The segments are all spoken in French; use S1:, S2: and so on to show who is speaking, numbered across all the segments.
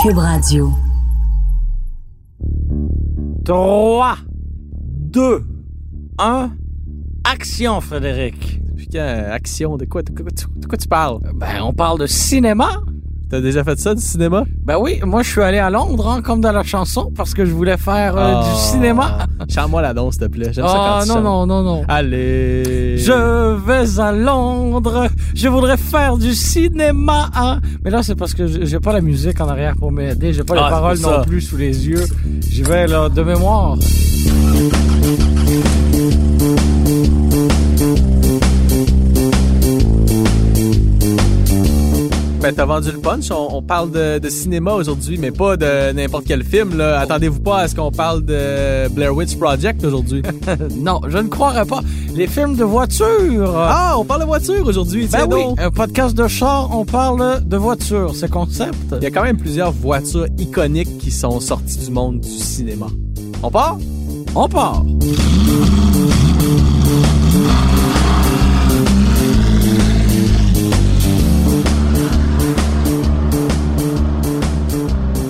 S1: Cube Radio.
S2: 3, 2, 1, action, Frédéric.
S3: Puis quand, euh, action, de quoi, de, quoi tu, de quoi tu parles?
S2: Ben, on parle de cinéma.
S3: T'as déjà fait ça du cinéma?
S2: Ben oui, moi, je suis allé à Londres, hein, comme dans la chanson, parce que je voulais faire euh, du cinéma.
S3: Chante-moi la danse, s'il te plaît. Ah. J'aime ça quand
S2: Oh,
S3: tu Ah.
S2: non,
S3: chantes.
S2: non, non, non.
S3: Allez.
S2: Je vais à Londres, je voudrais faire du cinéma. hein. Mais là, c'est parce que j'ai j'ai pas la musique en arrière pour m'aider, j'ai pas
S3: Ah,
S2: les
S3: c'est
S2: paroles
S3: pour ça.
S2: non plus sous les yeux. J'y vais là de mémoire.
S3: Ben, t'as vendu le punch. On, on parle de, de cinéma aujourd'hui, mais pas de n'importe quel film. là. Attendez-vous pas à ce qu'on parle de Blair Witch Project aujourd'hui.
S2: Non, je ne croirais pas. Les films de voiture.
S3: ah, on parle de voiture aujourd'hui.
S2: ben
S3: tiens
S2: oui,
S3: donc.
S2: un podcast de char, on parle de voiture. C'est concept.
S3: Il y a quand même plusieurs voitures iconiques qui sont sorties du monde du cinéma. On part?
S2: On part.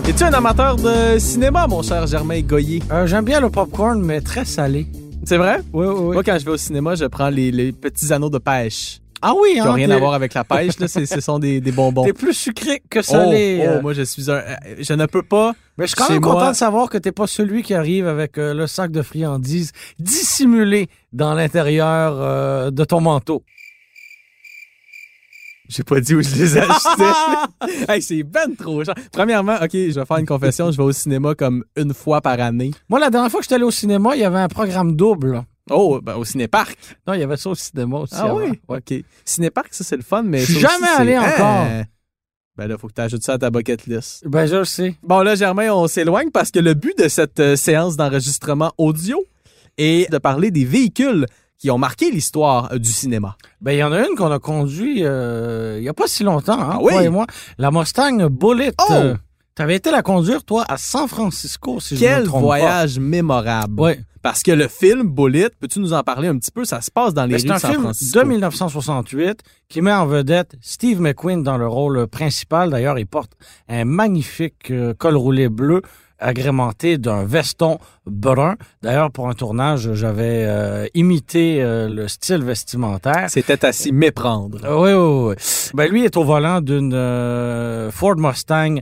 S3: Es-tu un amateur de cinéma, mon cher Germain Goyer?
S2: Euh, J'aime bien le popcorn, mais très salé.
S3: C'est vrai?
S2: Oui, oui, oui.
S3: Moi, quand je vais au cinéma, je prends les, les petits anneaux de pêche.
S2: Ah oui,
S3: Qui
S2: hein.
S3: n'ont rien à
S2: t'es-
S3: voir avec la pêche, là. c'est- Ce sont des, des bonbons.
S2: T'es plus sucré que
S3: Oh,
S2: salé.
S3: oh,
S2: euh.
S3: moi, je suis un. euh, Je ne peux pas.
S2: Mais je suis quand
S3: Chez
S2: même
S3: moi-
S2: content de savoir que t'es pas celui qui arrive avec euh, le sac de friandises dissimulé dans l'intérieur euh, de ton manteau.
S3: J'ai pas dit où je les achetais. hey, c'est ben trop cher. Premièrement, OK, je vais faire une confession. Je vais au cinéma comme une fois par année.
S2: Moi, la dernière fois que j'étais allé au cinéma, il y avait un programme double. là.
S3: Oh, ben, au cinéparc.
S2: Non, il y avait ça au cinéma aussi.
S3: Ah
S2: avant.
S3: oui?
S2: Ouais.
S3: OK. Cinéparc, ça, c'est le fun, mais.
S2: Je suis
S3: ça aussi,
S2: jamais allé
S3: c'est-
S2: encore.
S3: Hein? Ben là, faut que tu ajoutes ça à ta bucket list.
S2: Ben, je le sais.
S3: Bon, là, Germain, on s'éloigne parce que le but de cette euh, séance d'enregistrement audio est de parler des véhicules qui ont marqué l'histoire euh, du cinéma.
S2: Ben, il y en a une qu'on a conduit euh, il y a pas si longtemps, hein,
S3: Ah oui?
S2: toi et moi. La Mustang Bullet.
S3: Oh!
S2: Euh, T'avais été la conduire, toi, à San Francisco, si je ne
S3: Quel
S2: me trompe
S3: voyage mémorable.
S2: pas. Ouais.
S3: Parce que le film Bullet, peux-tu nous en parler un petit peu? Ça se passe dans les
S2: Mais
S3: rues
S2: Ben, C'est un
S3: de San
S2: film
S3: Francisco.
S2: de 1968 qui met en vedette Steve McQueen dans le rôle euh, principal. D'ailleurs, il porte un magnifique euh, col roulé bleu agrémenté d'un veston brun. D'ailleurs, pour un tournage, j'avais euh, imité euh, le style vestimentaire.
S3: C'était à s'y méprendre.
S2: Euh, Oui, oui, oui. Ben, lui est au volant d'une euh, Ford Mustang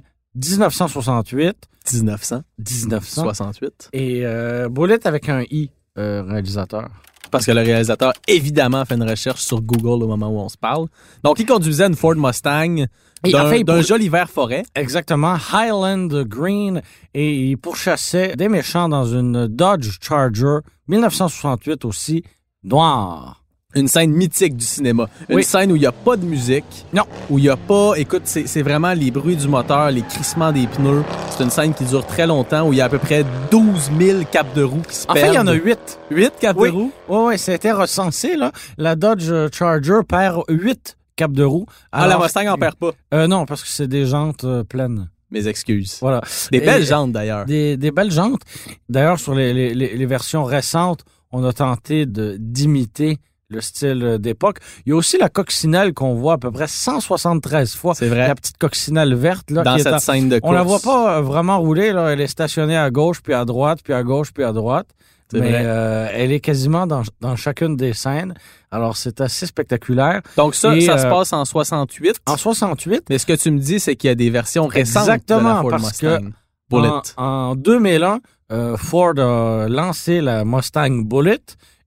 S2: 1968.
S3: 1968.
S2: 1900. Et euh, Bullet avec un I, euh, réalisateur.
S3: Parce que le réalisateur, évidemment, fait une recherche sur Google au moment où on se parle. Donc, il conduisait une Ford Mustang
S2: Et en
S3: d'un
S2: fait, il
S3: d'un
S2: pour-
S3: joli vert forêt.
S2: Exactement, Highland Green, et il pourchassait des méchants dans une Dodge Charger 1968 aussi, noire.
S3: Une scène mythique du cinéma. Une
S2: Oui.
S3: scène où il n'y a pas de musique.
S2: Non.
S3: Où il n'y a pas... Écoute, c'est c'est vraiment les bruits du moteur, les crissements des pneus. C'est une scène qui dure très longtemps, où il y a à peu près 12 000 capes de roue qui se
S2: En fait,
S3: perdent.
S2: il y en a huit.
S3: 8 capes
S2: Oui.
S3: de roue.
S2: Oui, oui, c'était recensé, là. La Dodge Charger perd huit capes de roue.
S3: Ah, la
S2: Alors-
S3: Mustang en perd pas.
S2: Euh, non, parce que c'est des jantes euh, pleines.
S3: Mes excuses.
S2: Voilà.
S3: Des
S2: Et-
S3: belles jantes, d'ailleurs.
S2: Des, des belles jantes. D'ailleurs, sur les, les- les- les versions récentes, on a tenté de- d'imiter le style euh, d'époque. Il y a aussi la coccinelle qu'on voit à peu près 173 fois.
S3: C'est vrai.
S2: La petite coccinelle verte, là,
S3: Dans
S2: qui est
S3: cette
S2: en-
S3: scène de course.
S2: On la voit pas euh, vraiment rouler, là. Elle est stationnée à gauche, puis à droite, puis à gauche, puis à droite.
S3: C'est
S2: Mais
S3: vrai.
S2: euh, elle est quasiment dans, dans chacune des scènes. Alors, c'est assez spectaculaire.
S3: Donc ça,
S2: Et,
S3: ça se
S2: euh,
S3: passe en 68.
S2: En 68,
S3: Mais ce que tu me dis, c'est qu'il y a des versions récentes de la
S2: Exactement,
S3: Ford
S2: parce
S3: Mustang.
S2: que
S3: Bullet.
S2: En, en 2001, euh, Ford a lancé la Mustang Bullet.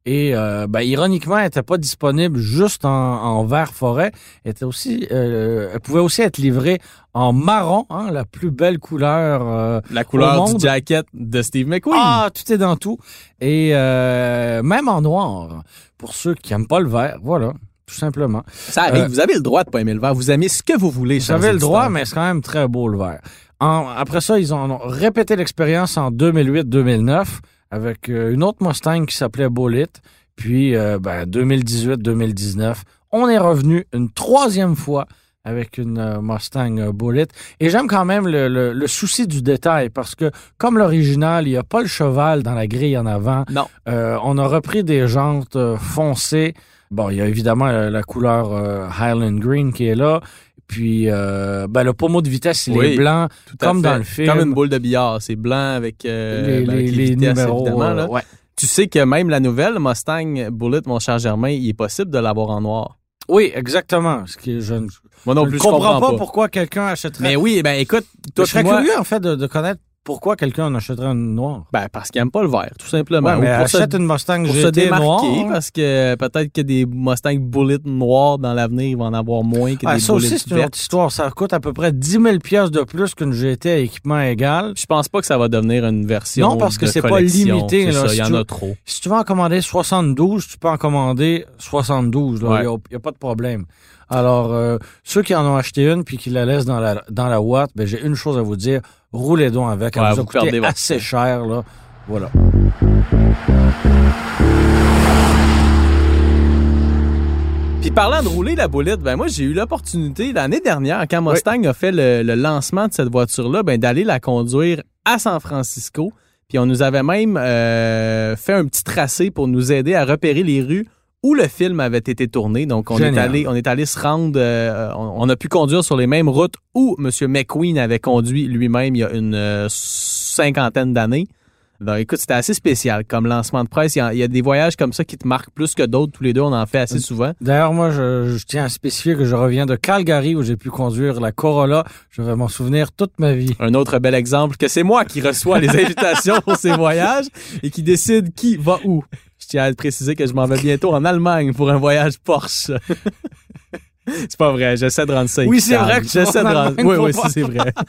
S2: Et euh, ben, ironiquement, elle n'était pas disponible juste en, en vert forêt. Elle, était aussi, euh, elle pouvait aussi être livrée en marron, hein, la plus belle couleur. euh.
S3: La couleur
S2: au
S3: du
S2: monde-
S3: jacket de Steve McQueen.
S2: Ah, tout est dans tout. Et euh, même en noir, pour ceux qui n'aiment pas le vert. Voilà, tout simplement.
S3: ça arrive.
S2: euh,
S3: vous avez le droit de pas aimer le vert. Vous aimez ce que vous voulez.
S2: Vous
S3: chers
S2: avez le droit,
S3: auditeurs.
S2: mais c'est quand même très beau le vert. En- après ça, ils ont répété l'expérience en 2008-2009 avec euh, une autre Mustang qui s'appelait Bullet. Puis euh, ben, 2018-2019, on est revenu une troisième fois avec une euh, Mustang euh, Bullet. Et j'aime quand même le, le- le souci du détail parce que, comme l'original, il n'y a pas le cheval dans la grille en avant.
S3: Non.
S2: Euh, on a repris des jantes euh, foncées. Bon, il y a évidemment euh, la couleur euh, Highland Green qui est là. Puis, euh, ben, le pommeau de vitesse, il
S3: Oui,
S2: est blanc,
S3: Tout à
S2: comme
S3: fait.
S2: dans le film.
S3: Comme une boule de billard, c'est blanc avec, euh,
S2: les,
S3: ben, avec
S2: les-
S3: les
S2: les
S3: vitesses,
S2: numéros.
S3: évidemment,
S2: euh,
S3: là.
S2: ouais.
S3: Tu sais que même la nouvelle Mustang Bullet, mon cher Germain, il est possible de l'avoir en noir.
S2: Oui, exactement. Ce qui est- je ne
S3: Moi non
S2: je
S3: plus,
S2: ne
S3: je comprends pas.
S2: pourquoi quelqu'un achèterait.
S3: Mais oui, ben écoute,
S2: je
S3: toi
S2: serais
S3: puis moi,
S2: curieux, en fait, de, de connaître pourquoi quelqu'un en achèterait une noire.
S3: ben parce qu'il aime pas le vert, tout simplement.
S2: Ouais,
S3: Ou
S2: mais
S3: pour se-
S2: achète une Mustang
S3: pour se
S2: GT
S3: démarquer,
S2: noire.
S3: parce que peut-être que des Mustang Bullet noirs dans l'avenir, il va en avoir moins que
S2: Ah,
S3: des
S2: ça
S3: Bullet
S2: aussi, c'est une
S3: vertes.
S2: autre histoire. Ça coûte à peu près 10 000 piastres de plus qu'une GT à équipement égal.
S3: Je pense pas que ça va devenir une version
S2: Non, parce que
S3: de
S2: c'est pas
S3: collection,
S2: limité,
S3: c'est
S2: là,
S3: ça,
S2: si
S3: Il y en
S2: tu-
S3: a trop.
S2: Si tu veux en commander 72, tu peux en commander 72. Il
S3: Ouais.
S2: n'y a, y a pas de problème. Alors, euh, ceux qui en ont acheté une puis qui la laissent dans la, dans la ouate, ben, j'ai une chose à vous dire. Roulez donc avec. Elle
S3: Ouais,
S2: vous a
S3: vous
S2: coûté
S3: perdez votre
S2: assez cher. Là. Voilà.
S3: Puis parlant de rouler la boulette, ben moi j'ai eu l'opportunité l'année dernière quand Mustang a fait le, le lancement de cette voiture-là, ben d'aller la conduire à San Francisco. Puis on nous avait même euh, fait un petit tracé pour nous aider à repérer les rues où le film avait été tourné. Donc on
S2: Génial.
S3: est allé, on est allé se rendre, euh, on, on a pu conduire sur les mêmes routes où Monsieur McQueen avait conduit lui-même il y a une euh, cinquantaine d'années. Donc, écoute, c'était assez spécial comme lancement de presse. Il y a- il y a des voyages comme ça qui te marquent plus que d'autres. Tous les deux, on en fait assez souvent.
S2: D'ailleurs, moi, je, je tiens à spécifier que je reviens de Calgary où j'ai pu conduire la Corolla. Je vais m'en souvenir toute ma vie.
S3: Un autre bel exemple que c'est moi qui reçois les invitations pour ces voyages et qui décide qui va où. Je tiens à le préciser que je m'en vais bientôt en Allemagne pour un voyage Porsche. c'est pas vrai, j'essaie de rendre ça
S2: Oui,
S3: équitable.
S2: c'est vrai que tu
S3: j'essaie
S2: vas
S3: de
S2: en
S3: rendre...
S2: Allemagne
S3: Oui,
S2: pour
S3: oui, ça, c'est vrai.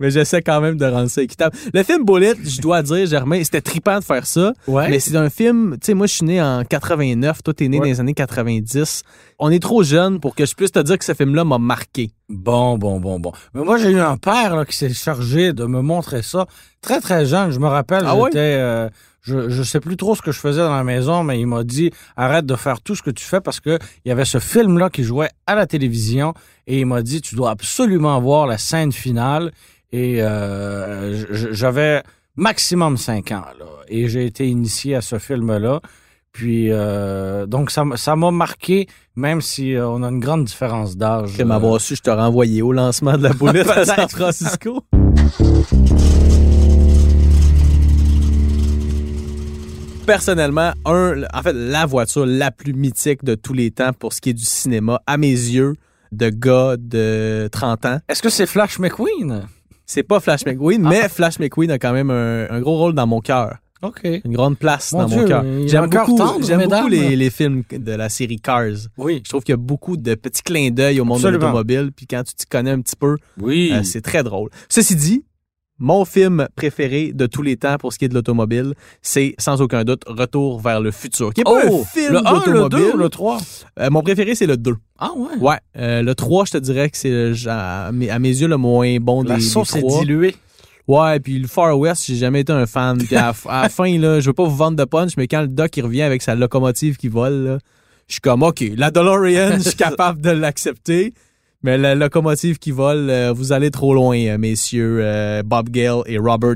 S3: Mais j'essaie quand même de rendre ça équitable. Le film Bullet, je dois dire, Germain, c'était trippant de faire ça.
S2: Ouais.
S3: Mais c'est un film, tu sais, moi je suis né en 89, toi t'es né
S2: Ouais.
S3: dans les années 90. On est trop jeune pour que je puisse te dire que ce film-là m'a marqué.
S2: Bon, bon, bon, bon. Mais moi, j'ai eu un père là, qui s'est chargé de me montrer ça très, très jeune. Je me rappelle,
S3: Ah
S2: j'étais... euh, je, je sais plus trop ce que je faisais dans la maison, mais il m'a dit arrête de faire tout ce que tu fais parce que il y avait ce film là qui jouait à la télévision et il m'a dit tu dois absolument voir la scène finale et euh, j- j- j'avais maximum cinq ans là et j'ai été initié à ce film là puis euh, donc ça m- ça m'a marqué même si euh, on a une grande différence d'âge euh,
S3: Que m'avoir su, je t'aurais envoyé au lancement de la boulette à San Francisco. Personnellement, un, en fait, la voiture la plus mythique de tous les temps pour ce qui est du cinéma, à mes yeux, de gars de 30 ans.
S2: Est-ce que c'est Flash McQueen?
S3: C'est pas Flash McQueen,
S2: Ah.
S3: mais Flash McQueen a quand même un, un gros rôle dans mon cœur,
S2: OK.
S3: une grande place
S2: Mon
S3: dans
S2: Dieu,
S3: mon cœur.
S2: il est
S3: J'aime
S2: encore
S3: beaucoup,
S2: tendre,
S3: j'aime beaucoup
S2: mesdames.
S3: les, les films de la série Cars.
S2: Oui.
S3: Je trouve qu'il y a beaucoup de petits clins d'œil au monde de
S2: Absolument.
S3: l'automobile, puis quand tu t'y connais un petit peu,
S2: Oui.
S3: Euh, c'est très drôle. Ceci dit, mon film préféré de tous les temps pour ce qui est de l'automobile, c'est sans aucun doute Retour vers le futur, qui est pas un film
S2: Oh, le 1, le 2
S3: d'automobile.
S2: ou le 3?
S3: Euh, mon préféré, c'est le 2.
S2: Ah ouais.
S3: Ouais. Euh, le 3, je te dirais que c'est le- genre, à, mes, à mes yeux le moins bon des,
S2: La
S3: des
S2: sauce est
S3: trois.
S2: diluée.
S3: Ouais, puis le Far West, j'ai jamais été un fan. Puis à, à la fin, là, je veux pas vous vendre de punch, mais quand le doc il revient avec sa locomotive qui vole, là, je suis comme OK, la DeLorean, je suis capable de l'accepter. Mais la locomotive qui vole, euh, vous allez trop loin, euh, messieurs euh, Bob Gale et Robert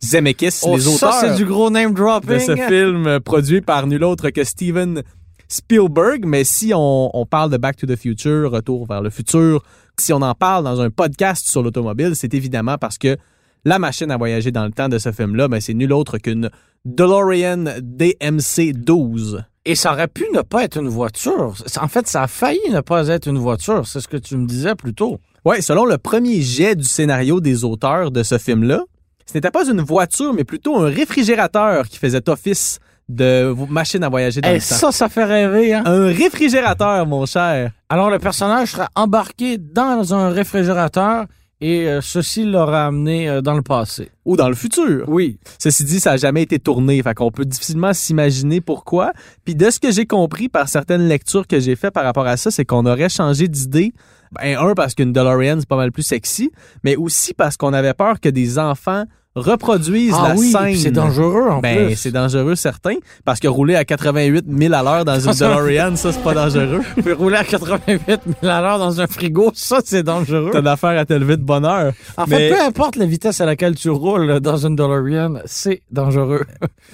S3: Zemeckis,
S2: Oh,
S3: les auteurs
S2: ça, c'est du gros name
S3: de ce
S2: dropping.
S3: film euh, produit par nul autre que Steven Spielberg. Mais si on, on parle de Back to the Future, Retour vers le futur, si on en parle dans un podcast sur l'automobile, c'est évidemment parce que la machine à voyager dans le temps de ce film-là, ben, c'est nul autre qu'une DeLorean DMC-12.
S2: Et ça aurait pu ne pas être une voiture. C'est- En fait, ça a failli ne pas être une voiture. C'est ce que tu me disais plus tôt.
S3: Ouais, selon le premier jet du scénario des auteurs de ce film-là, ce n'était pas une voiture, mais plutôt un réfrigérateur qui faisait office de vo- machine à voyager dans
S2: Et
S3: le temps.
S2: ça, ça fait rêver. Hein?
S3: Un réfrigérateur, mon cher.
S2: Alors, le personnage sera embarqué dans un réfrigérateur et euh, ceci l'aura amené euh, dans le passé.
S3: ou dans le futur.
S2: Oui.
S3: Ceci dit, ça n'a jamais été tourné, fait qu'on peut difficilement s'imaginer pourquoi. Puis de ce que j'ai compris par certaines lectures que j'ai faites par rapport à ça, c'est qu'on aurait changé d'idée. Ben, un, parce qu'une DeLorean, c'est pas mal plus sexy, mais aussi parce qu'on avait peur que des enfants reproduisent
S2: Ah
S3: la
S2: oui,
S3: scène.
S2: puis c'est dangereux en
S3: Ben,
S2: plus.
S3: c'est dangereux, certain, parce que rouler à 88 000 à l'heure dans une DeLorean, ça, c'est pas dangereux.
S2: Tu peux rouler à 88 000 à l'heure dans un frigo, ça c'est dangereux.
S3: T'as d'affaires à te lever de bonne heure.
S2: En
S3: mais-
S2: fait, peu importe la vitesse à laquelle tu roules là, dans une DeLorean, c'est dangereux.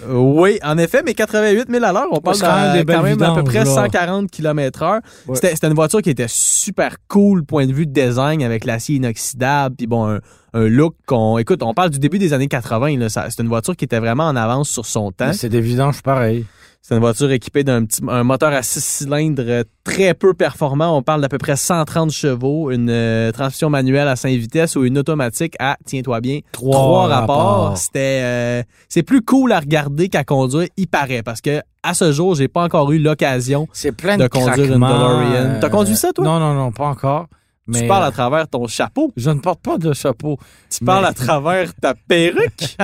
S3: Euh, Oui, en effet, mais 88 000 à l'heure, on parle
S2: C'est quand même
S3: d'un-
S2: des belles
S3: quand même à peu
S2: vidanges, là.
S3: près 140 km heure.
S2: Ouais.
S3: C'était c'était une voiture qui était super cool, point de vue de design, avec l'acier inoxydable, puis bon, un, un look qu'on... Écoute, on parle du début des années 80, là, ça- c'est une voiture qui était vraiment en avance sur son temps.
S2: Mais C'est des vidanges pareil.
S3: C'est une voiture équipée d'un petit un moteur à 6 cylindres euh, très peu performant. On parle d'à peu près 130 chevaux, une euh, transmission manuelle à 5 vitesses ou une automatique à, tiens-toi bien,
S2: Trois
S3: trois rapports.
S2: rapports.
S3: C'était, euh, c'est plus cool à regarder qu'à conduire, il paraît, parce que à ce jour, j'ai pas encore eu l'occasion.
S2: C'est plein de,
S3: De conduire une
S2: craquements,
S3: DeLorean.
S2: euh,
S3: T'as conduit ça, toi?
S2: Non, non, non, pas encore. Mais
S3: tu parles
S2: euh,
S3: à travers ton chapeau,
S2: je ne porte pas de chapeau.
S3: tu parles
S2: Mais-
S3: à travers ta perruque.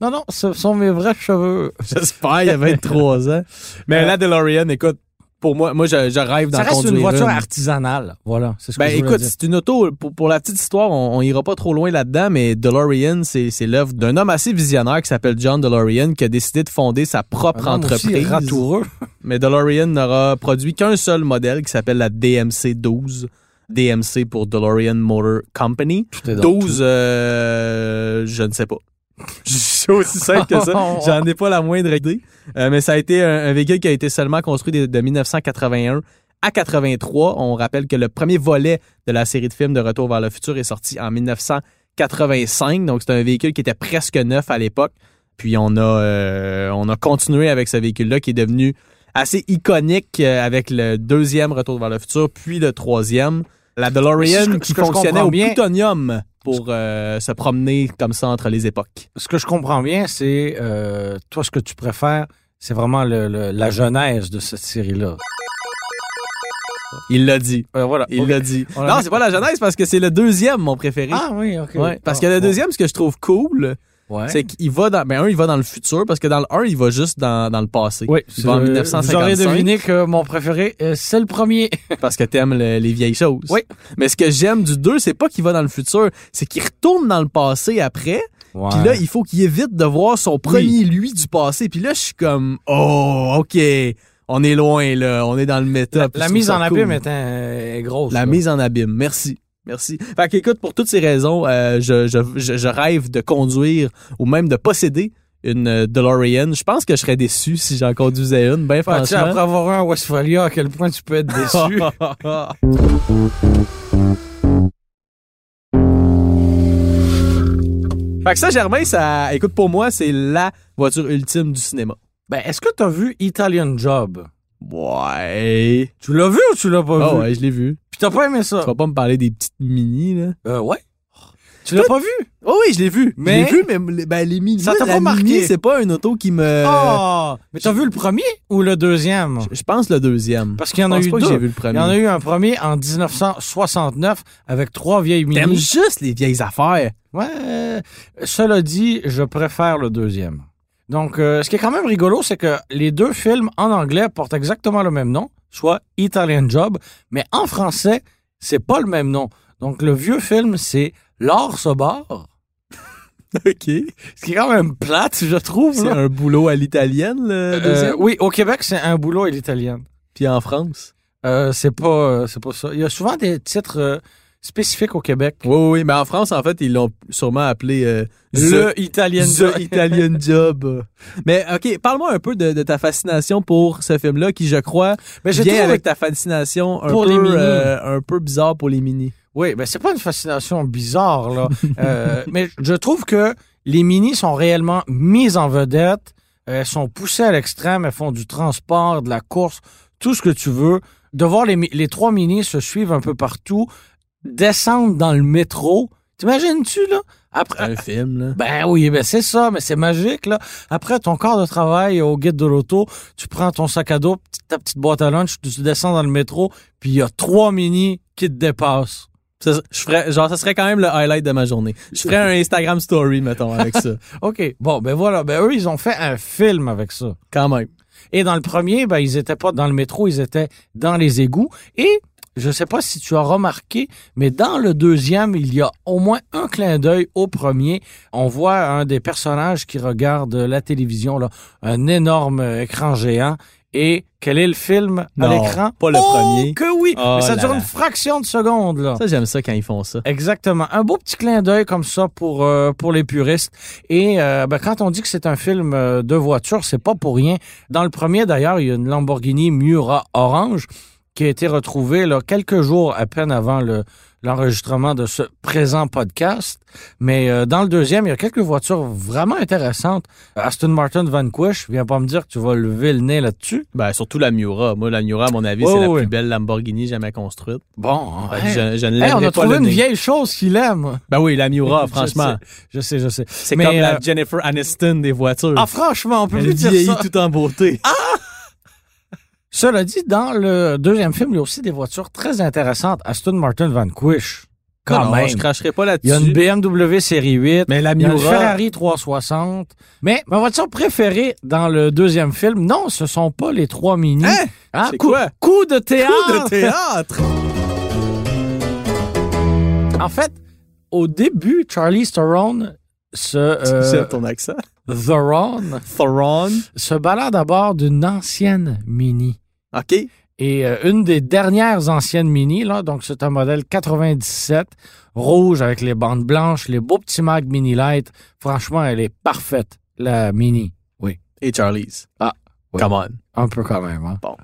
S2: Non, non, ce sont mes vrais cheveux.
S3: J'espère, il y a 23 ans. Mais la DeLorean, écoute, pour moi, moi, je, je rêve d'en
S2: Ça reste
S3: conduire
S2: une voiture
S3: Euh, une.
S2: artisanale. Voilà, c'est ce que
S3: Ben
S2: je voulais
S3: écoute,
S2: dire.
S3: c'est une auto, pour, pour la petite histoire, on, on ira pas trop loin là-dedans, mais DeLorean, c'est c'est l'œuvre d'un homme assez visionnaire qui s'appelle John DeLorean, qui a décidé de fonder sa
S2: Un
S3: propre
S2: homme aussi
S3: entreprise.
S2: ratoureux.
S3: Mais DeLorean n'aura produit qu'un seul modèle qui s'appelle la DMC-12. DMC pour DeLorean Motor Company.
S2: Tout est dans
S3: 12, euh, je ne sais pas. C'est aussi simple que ça. J'en ai pas la moindre idée. Euh, mais ça a été un, un véhicule qui a été seulement construit de, de 1981 à 83. On rappelle que le premier volet de la série de films de Retour vers le futur est sorti en 1985. Donc, c'est un véhicule qui était presque neuf à l'époque. Puis, on a, euh, on a continué avec ce véhicule-là qui est devenu assez iconique euh, avec le deuxième Retour vers le futur, puis le troisième. La
S2: Mais si je-
S3: DeLorean
S2: ce
S3: qui
S2: que je
S3: fonctionnait
S2: comprends
S3: au
S2: bien-
S3: plutonium pour euh, se promener comme ça entre les époques.
S2: ce que je comprends bien, c'est euh, toi, ce que tu préfères, c'est vraiment le- le- la genèse de cette série-là.
S3: Il l'a dit.
S2: Euh, voilà.
S3: Il
S2: Ok.
S3: l'a dit.
S2: On
S3: non,
S2: l'a-
S3: c'est pas la jeunesse parce que c'est le deuxième, mon préféré.
S2: Ah oui, ok.
S3: Ouais, parce
S2: Ah,
S3: que le
S2: bon.
S3: deuxième, ce que je trouve cool,
S2: Ouais.
S3: c'est qu'il va dans. Ben, un, il va dans le futur, parce que dans le 1, il va juste dans, dans le passé.
S2: Oui,
S3: il va en
S2: euh, Vous aurez
S3: 1955.
S2: deviné que mon préféré, euh, c'est le premier.
S3: Parce que t'aimes le- les vieilles choses.
S2: Oui.
S3: Mais ce que j'aime du 2, c'est pas qu'il va dans le futur, c'est qu'il retourne dans le passé après. Puis là, il faut qu'il évite de voir son premier lui du passé. Puis là, je suis comme, oh, OK, on est loin, là, on est dans le méta.
S2: la,
S3: Puis
S2: la
S3: je trouve
S2: mise
S3: ça
S2: en
S3: cool.
S2: abîme est, euh, est grosse.
S3: La
S2: là.
S3: mise en abîme. Merci. Merci. Fait qu'écoute, pour toutes ces raisons, euh, je, je- je- je rêve de conduire ou même de posséder une euh, DeLorean. Je pense que je serais déçu si j'en conduisais une, ben
S2: Ah, tu sais, après
S3: franchement.
S2: avoir eu un Westphalia, à quel point tu peux être déçu.
S3: fait que ça, Germain, ça, écoute, pour moi, c'est la voiture ultime du cinéma.
S2: ben, est-ce que tu as vu Italian Job?
S3: Ouais.
S2: Tu l'as vu ou tu l'as pas
S3: Ah
S2: vu?
S3: ouais, je l'ai vu.
S2: Puis t'as pas aimé ça?
S3: Tu vas pas me parler des petites mini, là.
S2: Euh, ouais. Tu l'as pas vu?
S3: Oh oui, je l'ai vu.
S2: Mais-
S3: Je l'ai vu, mais ben, les mini.
S2: Ça t'a
S3: la
S2: pas marqué.
S3: Mini, c'est pas une auto qui me.
S2: Ah! mais t'as vu le premier ou le deuxième?
S3: Je pense le deuxième.
S2: Parce qu'il y
S3: Je
S2: en a
S3: pense
S2: eu
S3: pas que j'ai
S2: deux.
S3: vu le
S2: Il y en a
S3: premier.
S2: eu un premier en 1969 avec trois vieilles
S3: T'aimes
S2: mini.
S3: juste les vieilles affaires.
S2: Ouais. euh, Cela dit, je préfère le deuxième. Donc, euh, ce qui est quand même rigolo, c'est que les deux films en anglais portent exactement le même nom, soit Italian Job, mais en français, c'est pas le même nom. Donc, le vieux film, c'est L'or se barre,
S3: OK.
S2: ce qui est quand même plate, je trouve.
S3: C'est
S2: là.
S3: un boulot à l'italienne, le deuxième.
S2: Euh, oui, au Québec, c'est un boulot et l'italienne.
S3: Puis en France.
S2: Euh, c'est pas, euh, c'est pas ça. Il y a souvent des titres euh, spécifiques au Québec.
S3: Oui, oui, oui. Mais en France, en fait, ils l'ont sûrement appelé euh,
S2: Le
S3: The,
S2: Italian
S3: The Italian Job. Mais OK, parle-moi un peu de, de ta fascination pour ce film-là qui, je crois,
S2: Mais j'ai
S3: vient
S2: toujours
S3: avec ta fascination un,
S2: Pour
S3: peu,
S2: les mini.
S3: euh, un peu bizarre pour les mini.
S2: Oui, ben c'est pas une fascination bizarre, là. Euh, mais je trouve que les minis sont réellement mises en vedette. Euh, Elles sont poussées à l'extrême, elles font du transport, de la course, tout ce que tu veux. De voir les, mi- les trois minis se suivre un peu partout, descendre dans le métro. T'imagines-tu, là? Après,
S3: un film, là.
S2: ben oui, ben c'est ça, mais c'est magique, là. Après, ton corps de travail au guide de l'auto, tu prends ton sac à dos, p'tit- ta petite boîte à lunch, tu descends dans le métro, puis il y a trois minis qui te dépassent.
S3: Ça, je ferais, genre, ça serait quand même le highlight de ma journée. Je ferais un Instagram story, mettons, avec ça.
S2: OK, bon, ben voilà. Ben eux, ils ont fait un film avec ça.
S3: Quand même.
S2: Et dans le premier, ben, ils étaient pas dans le métro, ils étaient dans les égouts. Et Je ne sais pas si tu as remarqué, mais dans le deuxième, il y a au moins un clin d'œil au premier. On voit un des personnages qui regarde la télévision, là, un énorme écran géant. Et quel est le film à
S3: Non,
S2: l'écran?
S3: pas le
S2: Oh,
S3: premier.
S2: que oui!
S3: Oh
S2: mais ça
S3: là
S2: dure
S3: là.
S2: une fraction de seconde, là.
S3: Ça, j'aime ça quand ils font ça.
S2: Exactement. Un beau petit clin d'œil comme ça pour euh, pour les puristes. Et euh, ben, quand on dit que c'est un film euh, de voiture, c'est pas pour rien. Dans le premier, d'ailleurs, il y a une Lamborghini Miura orange qui a été retrouvée là, quelques jours à peine avant le l'enregistrement de ce présent podcast. Mais euh, dans le deuxième, il y a quelques voitures vraiment intéressantes. Aston Martin Vanquish, viens pas me dire que tu vas lever le nez là-dessus.
S3: Ben, surtout la Miura. Moi, la Miura, à mon avis,
S2: Oh,
S3: c'est la
S2: oui.
S3: plus belle Lamborghini jamais construite.
S2: Bon,
S3: Fait que
S2: hey.
S3: Je, je ne
S2: Hey, on
S3: lèverai
S2: a
S3: pas le
S2: trouvé une
S3: nez.
S2: vieille chose qu'il aime.
S3: Ben oui, la Miura,
S2: Je
S3: franchement.
S2: Je sais, je sais.
S3: C'est
S2: Mais,
S3: comme
S2: euh,
S3: la Jennifer Aniston des voitures.
S2: Ah, franchement, on peut
S3: Elle
S2: plus dire
S3: vieillit
S2: ça.
S3: tout en beauté.
S2: Cela dit, dans le deuxième film, il y a aussi des voitures très intéressantes. Aston Martin Vanquish, quand
S3: Non,
S2: même.
S3: Je cracherai pas
S2: il y a une
S3: là-dessus.
S2: BMW série 8.
S3: Mais la
S2: Il y a une
S3: Miura.
S2: Ferrari 360. Mais ma voiture préférée dans le deuxième film, non, ce sont pas les trois mini.
S3: Hein? Ah!
S2: Hein,
S3: C'est
S2: coup,
S3: quoi?
S2: coup de théâtre.
S3: Coup de théâtre!
S2: En fait, au début, Charlie Theron se
S3: C'est
S2: euh,
S3: ton accent.
S2: Theron
S3: Thoron.
S2: se balade à bord d'une ancienne mini.
S3: OK.
S2: Et euh, une des dernières anciennes mini, là, donc c'est un modèle 97, rouge avec les bandes blanches, les beaux petits mags mini light. Franchement, elle est parfaite, la mini.
S3: Et Charlie's.
S2: Ah, oui.
S3: Come on.
S2: Un peu quand même. Hein?
S3: Bon.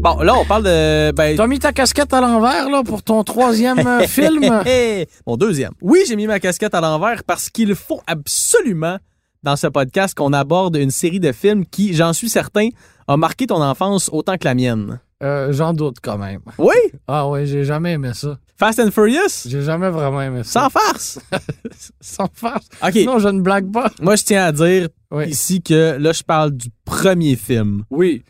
S3: Bon, là, on parle de. Ben,
S2: T'as mis ta casquette à l'envers, là, pour ton troisième euh, film?
S3: Hey, hey. Mon deuxième. Oui, j'ai mis ma casquette à l'envers parce qu'il faut absolument dans ce podcast qu'on aborde une série de films qui, j'en suis certain, a marqué ton enfance autant que la mienne.
S2: Euh, J'en doute quand même.
S3: Oui,
S2: Ah ouais, j'ai jamais aimé ça.
S3: Fast and Furious,
S2: J'ai jamais vraiment aimé ça.
S3: sans farce.
S2: Sans farce.
S3: OK,
S2: Non, je ne blague pas.
S3: moi je tiens à dire
S2: Oui.
S3: ici que là je parle du premier film
S2: Oui.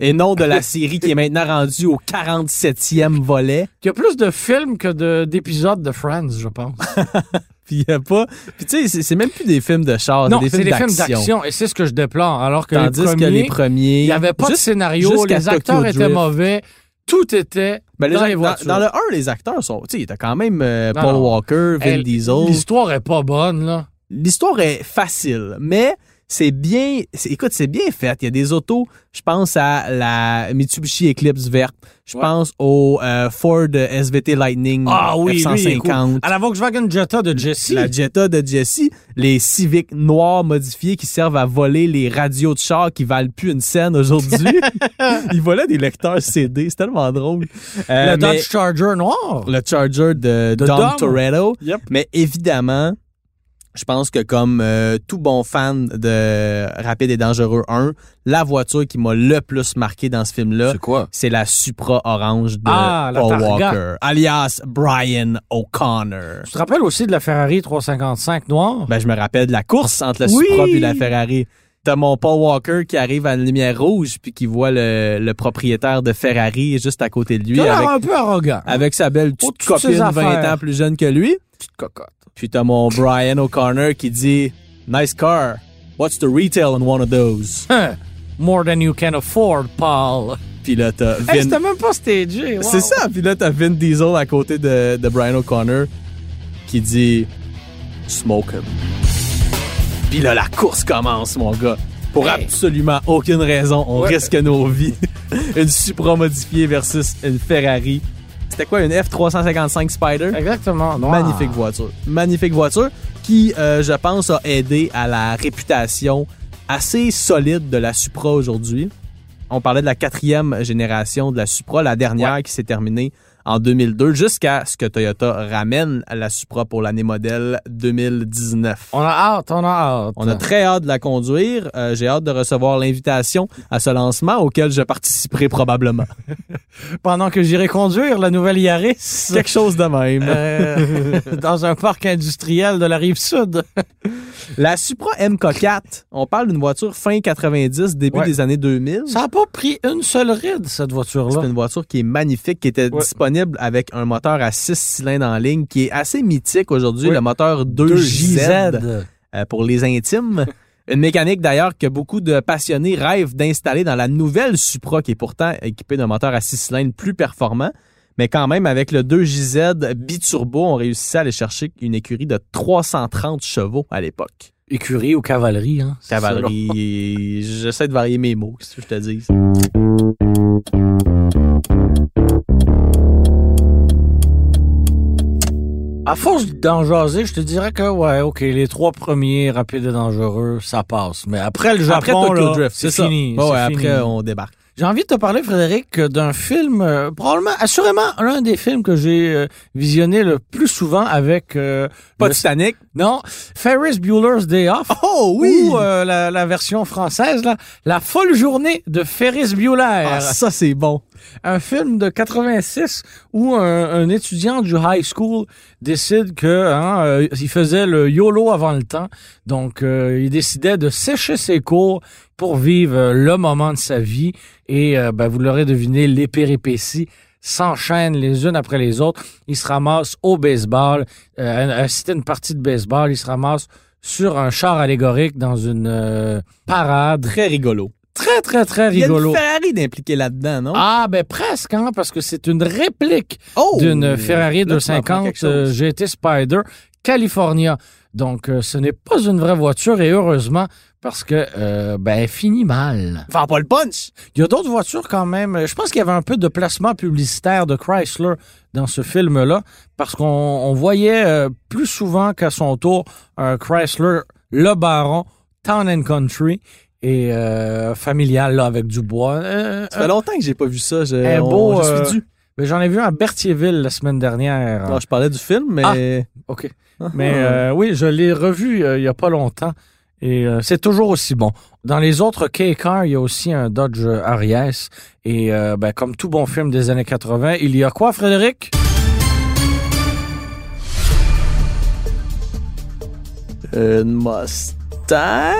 S3: et non de la série qui est maintenant rendue au 47e volet.
S2: Il y a plus de films que de- d'épisodes de, Friends, je pense.
S3: Ah, Puis y a pas puis tu sais c'est- c'est même plus des films de char,
S2: non,
S3: c'est
S2: c'est
S3: des
S2: des
S3: films
S2: films
S3: d'action.
S2: d'action. Et c'est ce que je déplore. Alors que
S3: Tandis
S2: les premiers,
S3: que les premiers,
S2: Il n'y avait pas de
S3: Juste-
S2: scénario,
S3: jusqu'à
S2: les acteurs
S3: Tokyo
S2: étaient
S3: Drift.
S2: mauvais, tout était
S3: Ben, les
S2: dans
S3: ac-
S2: les
S3: dans,
S2: voitures.
S3: dans le 1, les acteurs sont. Tu sais, il était quand même euh,
S2: Non,
S3: Paul
S2: non.
S3: Walker, Vin
S2: Hey,
S3: Diesel.
S2: L'histoire est pas bonne, là.
S3: L'histoire est facile, mais c'est bien. c'est- Écoute, c'est bien fait. Il y a des autos. Je pense à la Mitsubishi Eclipse verte. Je
S2: Ouais. Ah
S3: pense au euh, Ford SVT Lightning
S2: lui, Ah, il est cool.
S3: 150.
S2: À la Volkswagen Jetta de Jesse.
S3: La Jetta de Jesse, les Civic noirs modifiés qui servent à voler les radios de char qui valent plus une scène aujourd'hui. Ils volaient des lecteurs CD, c'est tellement drôle.
S2: le
S3: Euh, mais-
S2: Dodge Charger noir.
S3: le Charger de, Dom,
S2: Dom.
S3: Toretto.
S2: Yep.
S3: Mais évidemment, je pense que comme euh, tout bon fan de Rapide et Dangereux 1, la voiture qui m'a le plus marqué dans ce film-là,
S2: quoi?
S3: c'est la Supra Orange de
S2: Ah, la
S3: Paul
S2: Targa.
S3: Walker, alias Brian O'Connor.
S2: Tu te rappelles aussi de la Ferrari 355 noire?
S3: Ben, je me rappelle de la course entre la
S2: Oui.
S3: Supra et la Ferrari. T'as mon Paul Walker qui arrive à une lumière rouge puis qui voit le, le propriétaire de Ferrari juste à côté de lui
S2: Tu as l'air
S3: Ben avec, Ah.
S2: un peu arrogant.
S3: avec sa belle
S2: Oh,
S3: petite
S2: toutes ces
S3: copine 20
S2: affaires.
S3: ans plus jeune que lui.
S2: Petite cocotte.
S3: Puis t'as mon Brian O'Connor qui dit Nice car. What's the retail on one of those?
S2: Hein. More than you can afford, Paul.
S3: Puis là t'as
S2: Hey,
S3: Vin.
S2: c'était même pas stagé. wow.
S3: C'est ça. Puis là t'as Vin Diesel à côté de, de Brian O'Connor qui dit Smoke him. Puis là la course commence, mon gars. Pour
S2: Hey.
S3: absolument aucune raison, on
S2: Ouais.
S3: risque nos vies. une Supra modifiée versus une Ferrari. C'était quoi une F355 Spider?
S2: Exactement. noir.
S3: Magnifique voiture. Magnifique voiture qui, euh, je pense, a aidé à la réputation assez solide de la Supra aujourd'hui. On parlait de la quatrième génération de la Supra, la dernière qui s'est terminée en 2002, jusqu'à ce que Toyota ramène la Supra pour l'année modèle 2019.
S2: On a hâte, on a hâte.
S3: On a très hâte de la conduire. Euh, J'ai hâte de recevoir l'invitation à ce lancement auquel je participerai probablement.
S2: Pendant que j'irai conduire la nouvelle Yaris.
S3: Quelque chose de même.
S2: Euh, dans un parc industriel de la rive sud.
S3: La Supra MK4, on parle d'une voiture fin 90, début
S2: Ouais.
S3: des années 2000.
S2: Ça n'a pas pris une seule ride, cette
S3: C'est
S2: voiture-là.
S3: une voiture qui est magnifique, qui était
S2: Ouais.
S3: disponible avec un moteur à 6 cylindres en ligne, qui est assez mythique aujourd'hui,
S2: Oui.
S3: le moteur 2JZ,
S2: 2JZ.
S3: euh, pour les intimes. Une mécanique d'ailleurs que beaucoup de passionnés rêvent d'installer dans la nouvelle Supra qui est pourtant équipée d'un moteur à 6 cylindres plus performant. Mais quand même, avec le 2JZ biturbo, on réussissait à aller chercher une écurie de 330 chevaux à l'époque.
S2: Écurie ou cavalerie, hein? c'est ça, là.
S3: Cavalerie, j'essaie de varier mes mots, si je te dis.
S2: À force d'en jaser, je te dirais que, ouais, OK, les trois premiers, rapides et dangereux, ça passe. Mais après le Japon,
S3: Après Tokyo
S2: là,
S3: Drift,
S2: c'est
S3: c'est ça.
S2: fini.
S3: Ouais,
S2: c'est
S3: ouais,
S2: fini.
S3: après, on débarque.
S2: J'ai envie de te parler, Frédéric, euh, d'un film, euh, probablement, assurément, l'un des films que j'ai euh, visionné le plus souvent avec... euh,
S3: Pas
S2: le-
S3: Titanic.
S2: Non, Ferris Bueller's Day Off.
S3: Oh
S2: Ou euh, la, la version française, là, La folle journée de Ferris Bueller.
S3: Ah, ça, c'est bon.
S2: un film de 86 où un, un étudiant du high school décide que hein, euh, il faisait le YOLO avant le temps. Donc euh, il décidait de sécher ses cours pour vivre euh, le moment de sa vie et euh, ben, vous l'aurez deviné les péripéties s'enchaînent les unes après les autres. Il se ramasse au baseball, euh, assister à une partie de baseball, il se ramasse sur un char allégorique dans une euh, parade
S3: Très rigolo.
S2: très très très
S3: Il y a une
S2: rigolo.
S3: Ferrari d'impliqué là-dedans, non?
S2: Ah ben presque hein parce que c'est une réplique
S3: oh!
S2: d'une Ferrari
S3: Là, tu m'apprends
S2: 250
S3: quelque chose.
S2: euh, GT Spider California. Donc, euh, ce n'est pas une vraie voiture et heureusement parce que euh, ben elle finit mal.
S3: Vends pas le punch!
S2: Il y a d'autres voitures quand même. Je pense qu'il y avait un peu de placement publicitaire de Chrysler dans ce film-là parce qu'on on voyait euh, plus souvent qu'à son tour un Chrysler Le Baron Town and Country et euh, familial là avec du bois. Euh,
S3: Ça fait longtemps que j'ai pas vu ça. Je,
S2: Eh,
S3: on-
S2: beau,
S3: je
S2: euh,
S3: suis dû.
S2: mais j'en ai vu un à Berthierville la semaine dernière.
S3: Non, je parlais du film, mais.
S2: OK.
S3: Ah,
S2: Mais
S3: ah.
S2: euh, oui, je l'ai revu euh, il y a pas longtemps et euh, c'est toujours aussi bon. Dans les autres K-Cars, il y a aussi un Dodge Arias et euh, ben, comme tout bon film des années 80, il y a quoi, Frédéric? Ah.
S3: Une Mustang?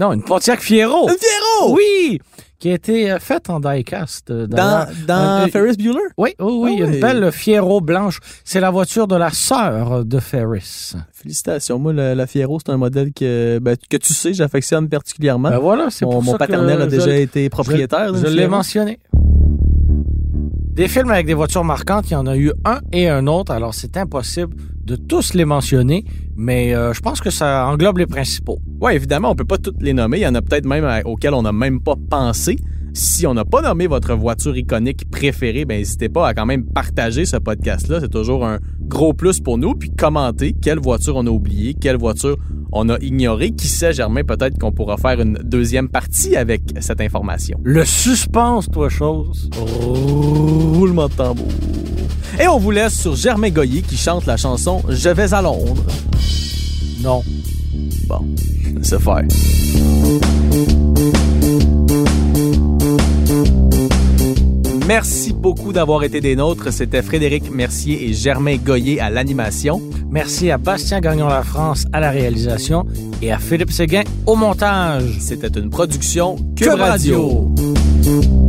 S2: Non, une Pontiac Fiero!
S3: Une Fiero!
S2: Oh. Oui! Qui a été euh, faite en diecast. euh, d'ailleurs.
S3: Dans, dans
S2: Euh,
S3: Ferris Bueller?
S2: Oui, oui, oui,
S3: Ah
S2: une
S3: ouais.
S2: belle Fiero blanche. C'est la voiture de la sœur de Ferris.
S3: Félicitations. Moi, la, la Fiero, c'est un modèle que, ben, que tu sais, j'affectionne particulièrement.
S2: Ben voilà, c'est
S3: mon
S2: pour
S3: mon
S2: ça que
S3: paternel a
S2: je
S3: déjà été propriétaire.
S2: Je
S3: d'une
S2: l'ai
S3: Fiero.
S2: mentionné. Des films avec des voitures marquantes, il y en a eu un et un autre, alors c'est impossible de tous les mentionner, mais euh, je pense que ça englobe les principaux.
S3: Ouais, évidemment, on peut pas toutes les nommer. Il y en a peut-être même à- auxquelles on n'a même pas pensé. Si on n'a pas nommé votre voiture iconique préférée, ben n'hésitez pas à quand même partager ce podcast-là. C'est toujours un gros plus pour nous. Puis commenter quelle voiture on a oubliée, quelle voiture on a ignorée. Qui sait, Germain, peut-être qu'on pourra faire une deuxième partie avec cette information.
S2: Le suspense, toi, chose.
S3: Roulement de tambour. Et on vous laisse sur Germain Goyer qui chante la chanson Je vais à Londres.
S2: Non.
S3: Bon, c'est faire. Merci beaucoup d'avoir été des nôtres. C'était Frédéric Mercier et Germain Goyer à l'animation.
S2: Merci à Bastien Gagnon La France à la réalisation et à Philippe Séguin au montage.
S3: C'était une production Cube,
S2: Cube Radio.
S3: Radio.